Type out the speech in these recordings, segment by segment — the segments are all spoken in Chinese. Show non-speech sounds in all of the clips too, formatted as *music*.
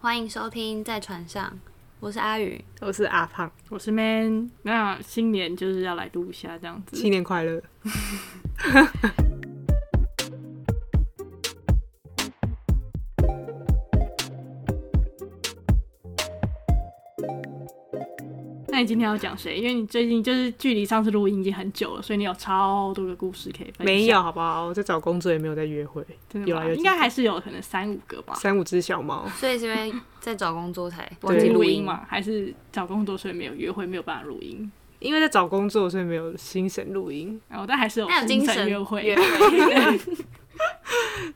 欢迎收听《在船上》，我是阿宇。我是阿胖，我是 Man，那新年就是要来录一下这样子。新嗯年快乐！那你今天要讲谁？因为你最近就是距离上次录音已经很久了，所以你有超多的故事可以分享。没有，好不好？我在找工作，也没有在约会，真的有吗啊有几应该还是有可能三五个吧。三五只小猫。所以是因为在找工作才忘对记对录录音音？嘛，还是找工作，所以没有约会，没有办法录音。因为在找工作，所以没有心神录音。然后但还是有那有精神神约会。约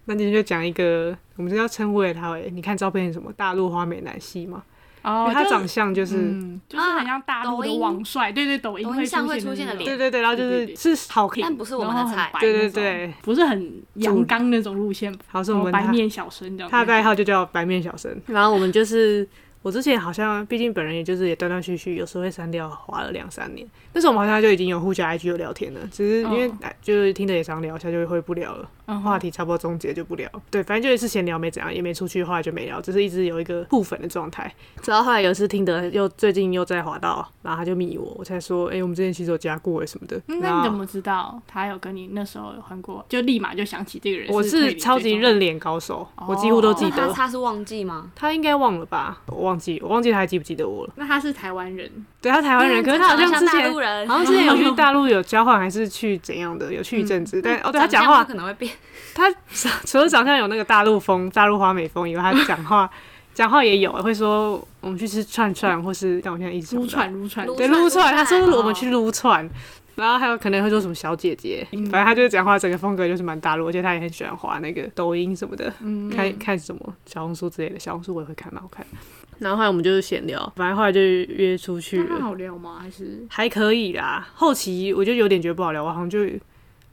那今天就讲一个，我们就要称呼为他为，你看照片是什么？大陆花美男系嘛？因 *laughs* 哦为，他就长相就是，嗯，就是很像大陆啊抖的音网帅，对对，抖音抖音会上会出出现现的的那种对对对，然后就对是对是好看，但不是我们然的后很菜白，对对那种对，不是很阳刚那种路线，好是然我后们哦白他面小生这样子。他的代号就叫白面小生。然后我们就是。我之前好像，毕竟本人也就是也断断续续，有时候会删掉，花了两三年。但是我们好像就已经有互加 IG 有聊天了，只是因为、哦哎就是听的也常聊一下，就会不聊了。嗯话题差不多终结就不聊，对，反正就一次闲聊没怎样，也没出去，后来就没聊，只是一直有一个互粉的状态。直到后来有一次听得又最近又在滑到，然后他就密我，我才说，哎、我们之前其实有加过诶欸什么的。嗯然那后你怎么知道他有跟你那时候有换过？就立马就想起这哦个人。我是推是理超级追踪认脸高手，我几乎都记那哦他得。他是忘记吗？他应该忘了吧？我忘记，我忘记他还记不记得我了。的。那他是台湾人，对他台湾人，可啊是他好像之大前陆人，好像之 *laughs* 前有去大陆有交换，还是去怎样的？有去一阵子，但哦，对他长相讲话不可能会变。他长 *laughs* 除了长相有那个大陆风、大陆花美风以外，他讲话讲话也有会说我们去吃串串，或是但我现在一直想不撸到串撸串撸，对串撸串，他说撸串我们去撸串，然后还有可能会说什么小姐姐，嗯反正他就是讲话整个风格就是蛮大陆，而且他也很喜欢滑那个抖音什么的，嗯看看什么小红书之类的，小红书我也会看，蛮好看。然后后来我们就是闲聊，反正后来就约出去那他了，好聊吗？还是还可以啦。后期我就有点觉得不好聊，我好像就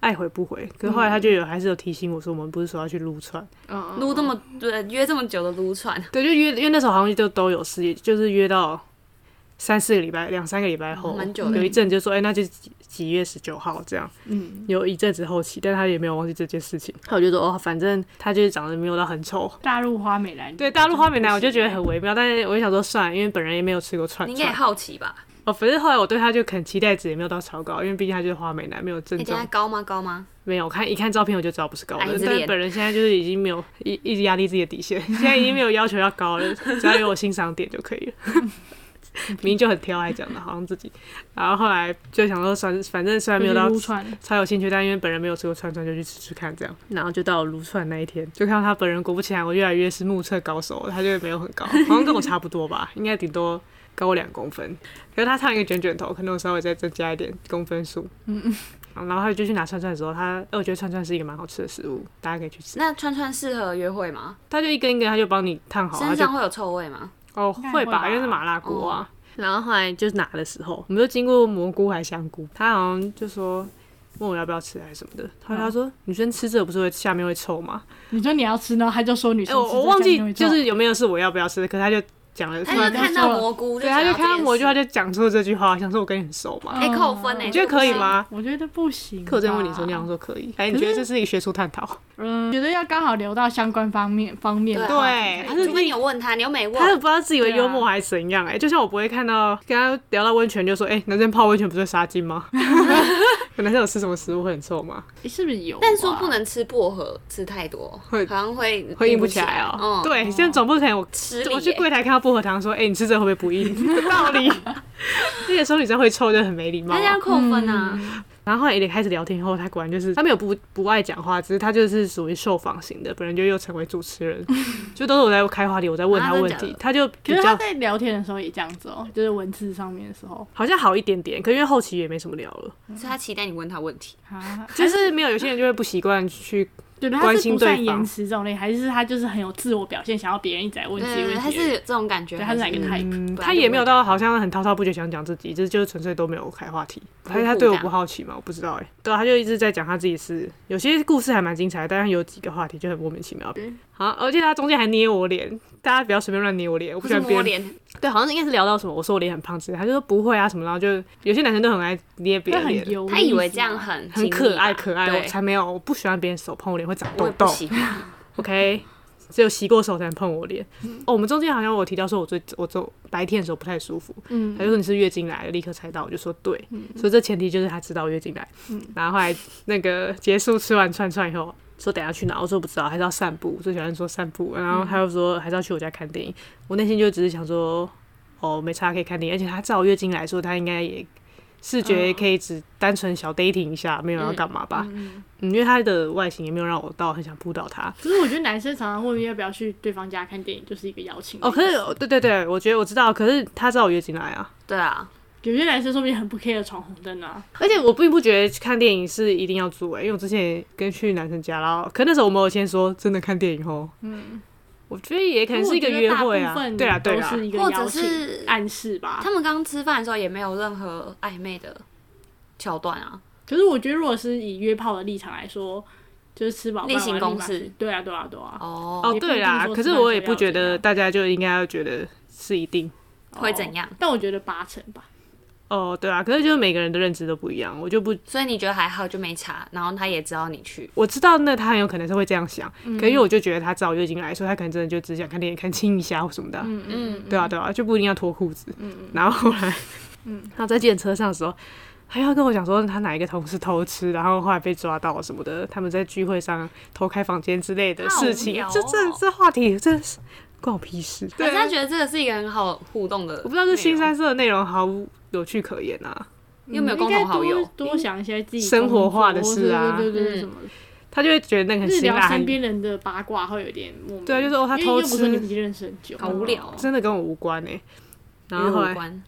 爱回不回。可是后来他就有还是有提醒我说，我们不是说要去撸串。嗯撸这么对约这么久的撸串，对，就约，因为那时候好像就都有事，就是约到三四个礼拜、两三个礼拜后，蛮久的哦有一阵就说，哎、那就几几月十九号这样，嗯，有一阵子后期，但他也没有忘记这件事情。那我就说，哦，反正他就是长得没有到很丑。大陆花美男对大陆花美男，我就觉得很微妙，但是我就想说算了，因为本人也没有吃过串你应该也串。好奇吧？哦，反正后来我对他就很期待值也没有到超高，因为毕竟他就是花美男，没有正你哎等宗一下高吗？高吗？没有，我看一看照片我就知道不是高矮的，子但脸本人现在就是已经没有一一直压低自己的 *laughs* 底线，现在已经没有要求要高了，只要有我欣赏点就可以了。 *laughs* 明明就很挑，还讲的好像自己，然后后来就想说算，反正虽然没有到撸串，超有兴趣，但因为本人没有吃过串串，就去吃吃看这样。然后就到了撸串那一天，就看到他本人，果不其然，我越来越是目测高手，他就没有很高，好像跟我差不多吧，应该顶多高我两公分。可是他烫一个卷卷头，可能我稍微再增加一点公分数。嗯嗯。然后他就去拿串串的时候，他，呃我觉得串串是一个蛮好吃的食物，大家可以去吃。那串串适合约会吗？他就一根一根，他就帮你烫好，他身就上会有臭味吗？哦，应该会会吧，吧嗯因为是麻辣锅啊。然后后来就是拿的时候，我们就经过蘑菇还香菇，他好像就说问我要不要吃还是什么的。他他说、女生吃这个不是会下面会臭吗？你说你要吃呢，他就说女哎、生我吃我这忘记样会就中是有没有是我要不要吃，可是他就讲了，他突然就看到蘑菇，对，他就看到我就他就就讲出这句话，想说我跟你很熟嘛，哎扣分哎，你觉得可以吗？哦我觉得不行吧。可我真问你说，你好像说可以，哎、你觉得这是一个学术探讨？嗯，觉得要刚好聊到相关方面方面哎的对话对题他这个意思？是除非你哎有问他，你又没他也问，不知道自以为幽默还是怎样哎、就像我不会看到跟他聊到温泉就说，哎、男生泡温泉不是会杀精吗？男生有吃什么食物会很臭吗？才是不是有啊？但说不能吃薄荷，吃太多会好像会会硬不起起来哦。嗯，对，现在总不可能我吃我去力耶。柜台看到薄荷糖说，哎、你吃这会不会不硬？ *laughs* 有道理。那个时候女生会臭就很没礼貌大家啊、要扣分啊！然后后来也开始聊天后，他果然就是他没有不不爱讲话，只是他就是属于受访型的，本人就又成为主持人，就都是我在开话题，我在问啊他真的问假题，的他就可比是他较在聊天的时候也这样子哦，就是文字上面的时候好像好一点点。可因为后期也没什么聊了，是他期待你问他问题，啊，就是没有有些人就会不习惯去对，他关是心不对方善言辞这种类，还是他就是很有自我表现，想要别人一直在问自己问对，嗯题？他是有这种感觉，对他是哪个还 type？嗯，本来他就也不没有会到好像很滔滔不绝想讲自己，这就是纯粹都没有开话题。普还是他对这我样不好奇嘛？我不知道哎、对啊，他就一直在讲他自己是有些故事还蛮精彩，但是有几个话题就很莫名其妙嗯。好，而且他中间还捏我脸，大家不要随便乱捏我脸，我不不喜是欢别摸人。脸，对，好像是应该是聊到什么，我说我脸很胖之类，他就说不会啊什么，然后就有些男生都很爱捏别嗯他人很脸，油，他以为这样很很亲密可吧爱可爱，对我才没有，我不喜欢别人手碰我脸会长我痘也不痘。喜欢， OK，只有洗过手才能碰我脸。哦，我们中间好像我有提到说我最我中白天的时候不太舒服，嗯他就说你是月经来了，立刻猜到，我就说对，所以这前提就是他知道我月经来。嗯然后后来那个结束吃完串串以后，说等一下去哪，我说不知道，还是要散步，最喜欢说散步。然后他又说还是要去我家看电影，我内心就只是想说，哦，没差可以看电影，而且他照我月经来说，他应该也视觉也可以只单纯小 dating 一下，没有要干嘛吧？嗯，因为他的外形也没有让我到很想扑倒他。可是我觉得男生常常问要不要去对方家看电影，就是一个邀请的哦，意思。可是对对对，我觉得我知道，可是他知道我月经来啊。对啊，有些男生说不定很不 care 闯红灯啊，而且我并不觉得看电影是一定要住诶、因为我之前也跟去男生家，然后可那时候我们有先说真的看电影哦，嗯，我觉得也可能是一个约会啊因为我觉得大部，分对啦对都啦，是一个或邀者请是暗示吧他。们刚吃饭的时候也没有任何暧昧的桥段啊。可是我觉得，如果是以约炮的立场来说，就是吃饱饭例行完立公马事去对啊，对啊，对啊，哦，哦也不对啦，一定说可是吃饭我也的时候不觉要怎得样大家就应该要觉得是一定会怎样哦但我觉得八成吧。哦，对啊，可是就是每个人的认知都不一样，我就不所以你觉得还好就没查，然后他也知道你去。我知道那他很有可能是会这样想，嗯可因为我就觉得他知道月经来，所以他可能真的就只想看电影看亲一下或什么的啊、嗯，嗯对啊，对啊，就不一定要脱裤子。然后 *laughs* 后来，然后在检车上的时候，他又要跟我讲说他哪一个同事偷吃，然后后来被抓到什么的，他们在聚会上偷开房间之类的好事情，无聊这这哦这话题真的是关我屁事。可对是啊，他觉得这个是一个很好互动的内容，我不知道这新三色的内容毫无有趣可言啊。又没有共同好友应该多多想一些自己生活化的事啊工作或者对对对嗯什么的，他就会觉得那个很就是辛聊辣，身边人的八卦会有点莫名。对啊就说哦他因为偷又不是吃你们已经认识很久，好无聊哦，真的跟我无关哎、然后与我后无来关。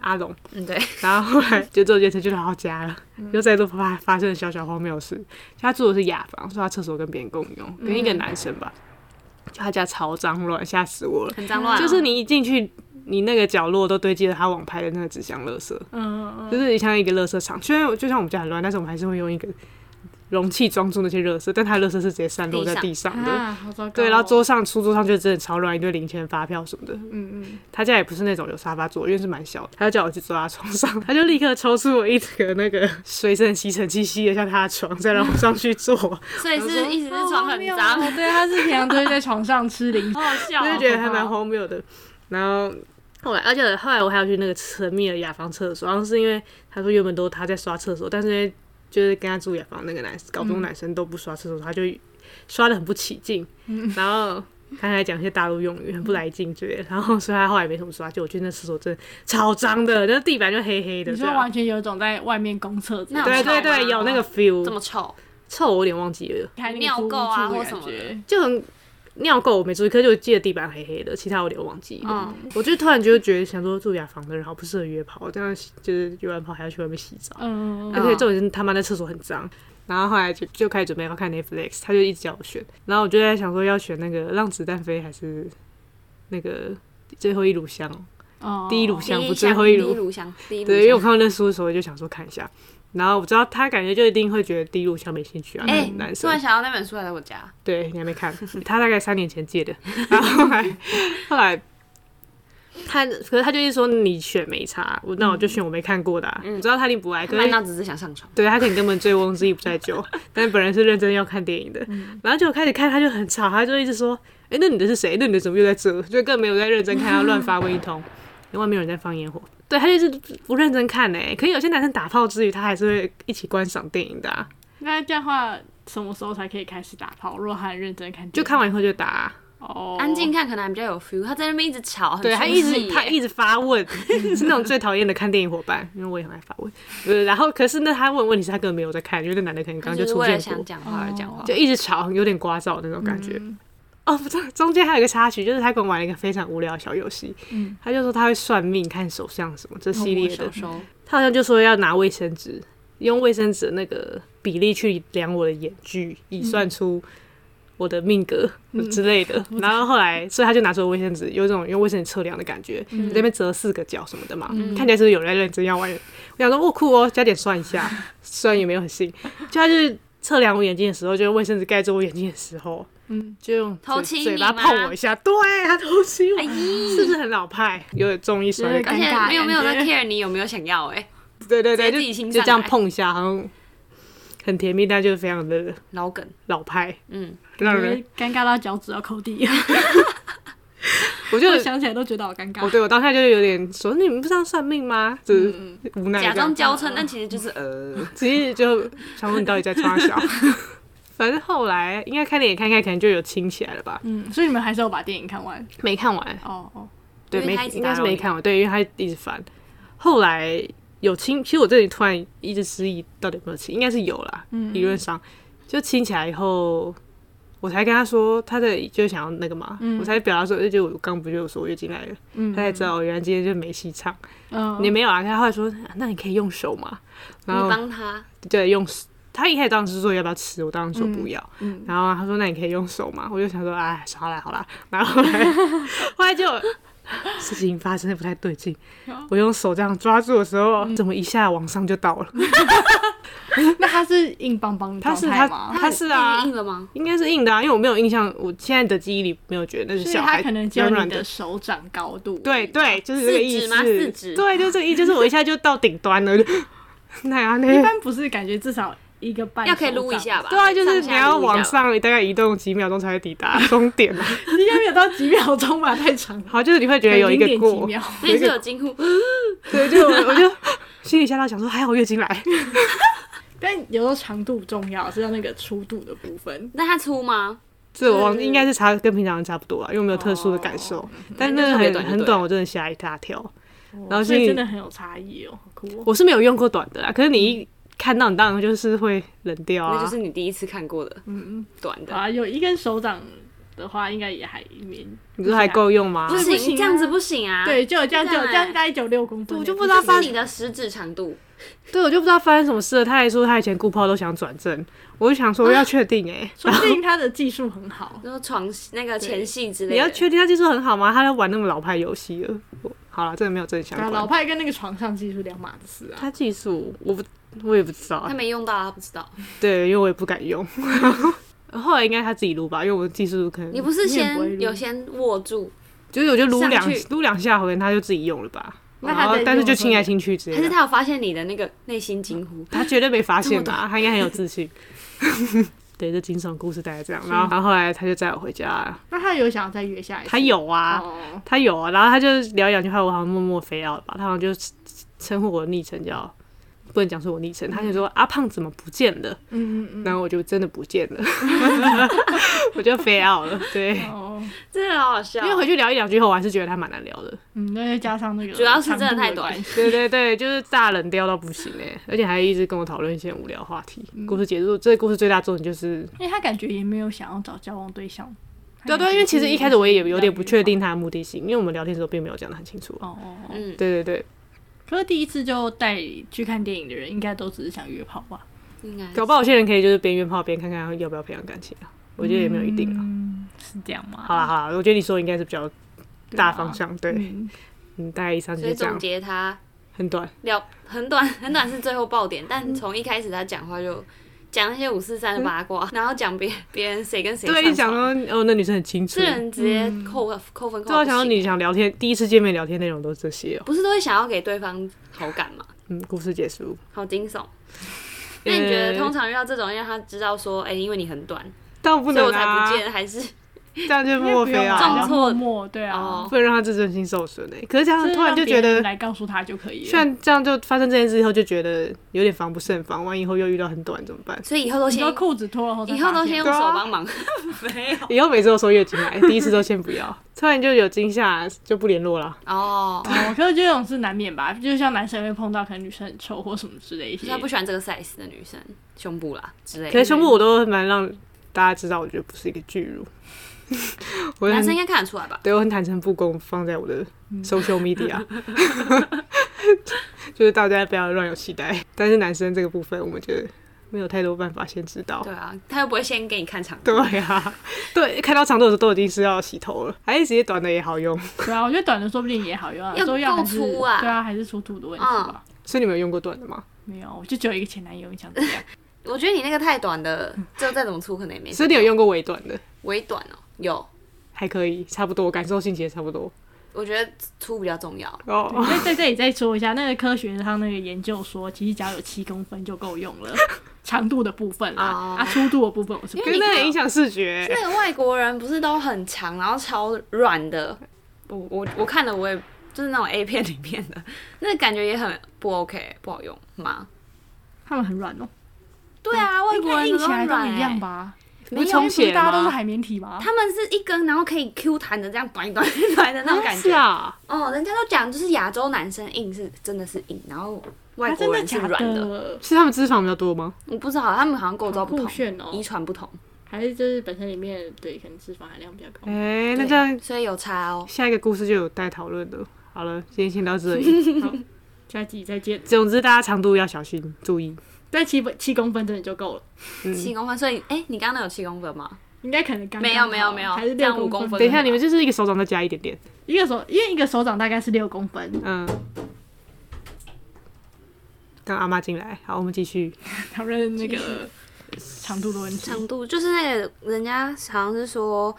阿龙，嗯，对，然后后来就坐计程车就来到家了，又再度发发生了小小荒谬事。他住的是雅房，所以他厕所跟别人共用，跟一个男生吧。就他家超脏乱，吓死我了！很脏乱啊，就是你一进去，你那个角落都堆积了他网拍的那个纸箱垃圾，嗯嗯嗯，就是像一个垃圾场。虽然就像我们家很乱，但是我们还是会用一个容器装住那些垃圾，但他的垃圾是直接散落在地上的。啊，好糟糕哦。对，然后桌上、书桌上就真的超乱，一堆零钱、发票什么的。嗯嗯，他家也不是那种有沙发坐，因为是蛮小的，他就叫我去坐他床上， *laughs* 他就立刻抽出我一个那个随身吸尘器吸了一下他的床，再让我上去 *laughs* 坐，所以是一直是床很脏，哦，对，他是平常都会在床上吃零食，好好笑我哦。就觉得还蛮荒谬的。然后后来，而且后来我还要去那个神秘的雅房厕所，好像是因为他说原本都是他在刷厕所，但是因为就是跟他住雅房那个男高中男生都不刷厕所，他就刷的很不起劲，嗯然后。他还讲一些大陆用语，很不来劲之类的，然后所以他后来没什么刷，就我去那厕所真的超脏的，那地板就黑黑的。啊你这说样。完全有一种在外面公厕之类那的，对有对臭吗对，有那个这 feel，么臭，臭我有点忘记了，看那个尿租屋垢啊处的或感什么的觉就很尿垢我没注意，可是我记得地板黑黑的，其他我有点忘记了。嗯，我就突然就觉得想说住雅房的人好不适合约炮，这样就是约完炮还要去外面洗哦澡，嗯，嗯而且重点是他妈那厕所很脏。然后后来就就开始准备要看 Netflix，他就一直叫我选，然后我就在想说要选那个《让子弹飞》还是那个《最后一炉香》哦第一炉香第不一最后第一一炉。炉香，第一炉对，因为我香。看到那书的时候，我就想说看一下。然后我知道他感觉就一定会觉得第一炉香没兴趣啊，哎男，突生。然想到那本书还在我家，对你还没看， *laughs* 他大概三年前借的，然后后来后来他，可是他就是说你选没差，我那我就选我没看过的、啊，我知道他一定不爱，可慢是到只是想上床。对他可能根本醉翁之意不在酒，但本人是认真要看电影的，然后就开始看他就很吵，他就一直说，哎、那你的是谁？那你的怎么又在这？就更没有在认真看，他乱发问一通，因为外面有人在放烟火。对他就是不认真看呢、欸可是有些男生打炮之余，他还是会一起观赏电影的、啊，那这样的话，什么时候才可以开始打炮？如果他很认真看电影，就看完以后就打啊、哦，安静看可能还比较有 feel，他在那边一直吵，很对他出一直戏他耶一直发问， *laughs* 是那种最讨厌的看电影伙伴，因为我也很爱发问。呃，然后可是呢，他问问题是他根本没有在看，因为那男的可能他刚就刚是出为了现想过，讲话而讲话，就一直吵，有点聒噪那种感觉。哦，不知道，嗯 *laughs* 中间还有一个插曲，就是他跟我玩了一个非常无聊的小游戏，他就说他会算命、看手相什么哦这系列的手，手他好像就说要拿卫生纸，用卫生纸的那个比例去量我的眼距，嗯以算出我的命格之类 *laughs* 的。然后后来，所以他就拿出了卫生纸，有一种用卫生纸测量的感觉，在那边折四个角什么的嘛，嗯看起来是不是有人在认真要玩。我想说，哦酷哦，加点算一下，虽然也没有很信，就他就是测量我眼睛的时候，就用卫生纸盖住我眼睛的时候。嗯，就用偷嘴亲嘴你巴吗碰我一下，对他偷亲我，哎是不是很老派？有点综艺酸的对感而尴且尬没有没有在感 care 你有没有想要哎、对对对，直接自己就亲就上这样来碰一下，好像。很甜蜜，但就是非常的老梗，老派，嗯，让就是人尴尬到脚趾要抠地，我 *laughs* 就就想起来都觉得好尴我尬。对我当下就是有点说，你们不是要算命吗？就是嗯，无奈这假样装娇嗔，但其实就是呃，直接就想问你到底在抓小。反正后来应该看电影看看，可能就有亲起来了吧？嗯，所以你们还是要把电影看完。没看完，哦哦，对，因为没他一直应该打是扰没你看完，对，因为他一直翻。后来有亲，其实我这里突然一直失忆，到底有没有亲？应该是有啦，嗯理论上就亲起来以后，我才跟他说他的就想要那个嘛，嗯我才表达说，而且我刚不就有说我月经来了，嗯，他才知道原来今天就没戏唱，嗯，你没有啊？他后来说，啊那你可以用手嘛，哦你然后帮他，对，用他一开始当时是说要不要吃，我当时说不要，嗯然后他说那你可以用手嘛，我就想说哎，好啦好啦，然后后来 *laughs* 后来就事情发生的不太对劲，嗯我用手这样抓住的时候，怎么一下往上就到了？那他是硬邦邦的他状是态他吗？他是啊硬，了吗？应该是硬的啊，因为我没有印象，我现在的记忆里没有觉得那是所以小孩他可能只软有软你的的。手掌高度。对，对，就是这个四意指思。吗四指对，就这个意思，就是我一下就到顶端了。 *laughs* 那样一那般不是感觉至少一个半，要可以撸一下。吧？对啊，就是上你下要撸一下往吧，上大概移动几秒钟才会抵达终点啊。 *laughs* 应该没有到几秒钟吧，太长了。好，就是你会觉得有一个零点几过，秒，所以是有惊呼，对，就我我就心里吓到，想说还好月经来， *laughs* 但有时候长度不重要，是要那个粗度的部分。那他粗吗？这我忘应该是差跟平常人差不多啊，因为我没有特殊的感受，但那就那个特别很短就很对短，了我真的吓一大跳。然然后后所以是真的很有差异哦，好酷哦。我是没有用过短的啦，可是你一看到，你当然就是会冷掉那就啊是。你第一次看过的，嗯嗯，短的，啊，有一根手掌的话，应该也还勉。你说还够用吗不？不行，行啊这样子不行啊。对，就有这样，就有对这样，大概九六公分。我就不知知道这发是，你的食指长度，对我就不知道发生什么事了。他还说他以前顾泡都想转正，我就想说要确定哎、说不定他的技术很好。然后床那个前戏之类的。你要确定他技术很好吗？他在玩那么老派游戏了。我好了，真的没有正相啊，老关。派跟那个床上技术两码子事啊。他技术我不我也不知道啊他，没用到，他不知嗯道。对，因为我也不敢用。 *laughs* 后来应该他自己撸吧，因为我技术可能你不是你也不会先撸有先握住，就是我就撸两上去撸两下，回他就自己用了吧。那然他后在但是用就的时候亲来亲去之还类是的，他有发现你的那个内心惊呼？他绝对没发现这吧？他应该很有自信。 *laughs* 对，这惊悚故事大概这样。然后，然后后来他就载我回家，那他有想要再约下一次？他有啊，哦，他有啊。然后他就聊一两句话，我好像默默飞到了吧。他好像就称呼我的昵称叫，不能讲是我昵称，他就说阿胖怎么不见了？嗯嗯然后我就真的不见了， *laughs* 我就飞 out 了。对。嗯，哦，真的好好笑因为回去聊一两句后，我还是觉得他蛮难聊的。嗯，那再加上那个主要是长真的度太的短关系，对对对，就是大冷掉到不行哎、而且还一直跟我讨论一些无聊话题。故事结束，这个故事最大重点就是，因为他感觉也没有想要找交往对象。对啊对啊，因为其实一开始我也有点不确定他的目的性，因为我们聊天的时候并没有讲的很清楚。哦哦哦，嗯，对对对，可是第一次就带去看电影的人，应该都只是想约炮吧？应该是搞不好有些人可以就是边约炮边看看要不要培养感情啊，我觉得也没有一定啊。嗯，是这样吗？好啦好啦，我觉得你说的应该是比较对啊大方向，对，嗯嗯，大概以上就所以是这总样，结他很短。了很短很短是最后爆点，但从一开始他讲话就讲那些五四三的八卦，然后讲别别人谁跟谁嗯对，上一想床说哦，那女生很清楚这，人直接扣扣分扣对到啊，不想到行你想聊天，第一次见面聊天内容都是这些哦。不是都会想要给对方好感吗？嗯，故事结束。好惊悚。那你觉得呃通常遇到这种，让他知道说，哎、因为你很短，但我所不以能我才啊，不见，还是这样就应该不莫用非吧啊，重然后挫默默对啊哦，？不能让他自尊心受损哎、可是这样就是突然就让别觉得人，来告诉他就可以虽了。然这样就发生这件事以后，就觉得有点防不胜防，万一以后又遇到很短怎么办所以以后都你先说裤子脱了后，以后都先用手对啊帮忙，没有以后每次都说月经来，第一次都先不要，突然就有惊吓就不联络了。哦，*laughs* *laughs* 哦，可是这种是难免吧？就像男生会碰到，可能女生很臭或什么之类一就些是他。啊不喜欢这个 size 的女生，胸部啦之类的。可是胸部我都蛮让大家知道，我觉得不是一个巨乳， *laughs* 我男生很应该看得出来吧？对我很坦诚不公，放在我的嗯 social media，、就是大家不要乱有期待。但是男生这个部分，我们觉得没有太多办法先知道。对啊，他又不会先给你看场。哦 *laughs* 对呀、对，看到长度的时候都已经是要洗头了，还是直接短的也好用。对啊，我觉得短的说不定也好用啊，要说要还够是粗啊嗯对啊，还是粗度的问题吧。所以你们有用过短的吗？没有，我就只有一个前男友，你想怎 *laughs* 样？我觉得你那个太短的，就再怎么粗可能也没什所么。以你有用过微短的，微短哦，有，还可以，差不多，感受性其实差不多。我觉得粗比较重要。哦，在在这里再说一下，那个科学上那个研究说，其实只要有七公分就够用了，长度的部分啦，哦啊，粗度的部分我是因不可为是你那看很哦影响视觉、那个外国人不是都很长，然后超软的，我我我看了我也就是那种 A 片里面的，那感觉也很不 OK，不好用吗？他们很软哦，对啊，外国人应该硬的起很来都软、一样欸，吧？没有因为不是大家都充是血吗海绵体吗？他们是一根，然后可以 Q 弹的这样短一短一短的那种感是觉。啊，哦，人家都讲就是亚洲男生硬是真的是硬，然后外啊国真的人是假软的。的？是他们脂肪比较多吗？我不知道，他们好像构造不同酷，炫哦遗，传不同，还是就是本身里面对可能脂肪含量比较高哎、。那这样对所以有差哦。下一个故事就有待讨论了。好了，今天先到这里。 *laughs* 下集再见。总之，大家长度要小心，注意。但七分七公分真的就够了，七公分，所以哎、你刚刚那有七公分吗？应该可能刚刚没有好没有没有还是这样六五公分等一下，你们就是一个手掌再加一点点。一个手，因为一个手掌大概是六公分，嗯。刚阿妈进来，好，我们继续。讨论那个长度的问题。长度就是那个人家好像是说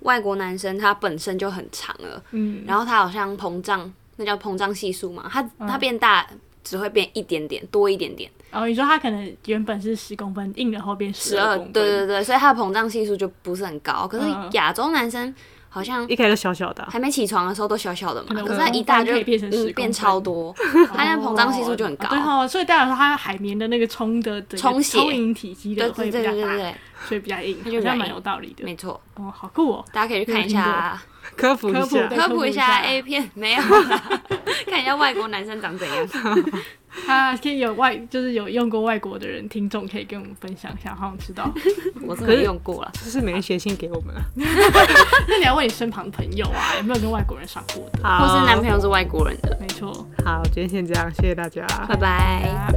外国男生他本身就很长了，嗯，然后他好像膨胀，那叫膨胀系数嘛，他他变大只会变一点点，多一点点，然哦后你说他可能原本是十公分，硬了后变十十二，公分，对对对，所以他的膨胀系数就不是很高。可是嗯亚洲男生好像一开始都小小的啊、还没起床的时候都小小的嘛，可能哦可是他一大就可以变成10嗯公分变超 *laughs* 多，他那膨胀系数就很高哦。对哦，所以代表说它海绵的那个充的整个充血充盈体积对的对哦会对比较对对大，对，所以比较硬，它好就比较像硬蛮有道理的。没错，哦，好酷哦！大家可以去看一下，科普一科普下 *laughs* 对。科普一下科普一下 A 片，没有啦， *laughs* 看一下外国男生长怎样。他可以有外，就是有用过外国的人听众可以跟我们分享一下，好想知道。我是没用过了，就是每人写信给我们啊，那你要问你身旁的朋友啊，有没有跟外国人上过的？或好，是男朋友是外国人的，没错，好，今天先这样，谢谢大家，拜拜。啊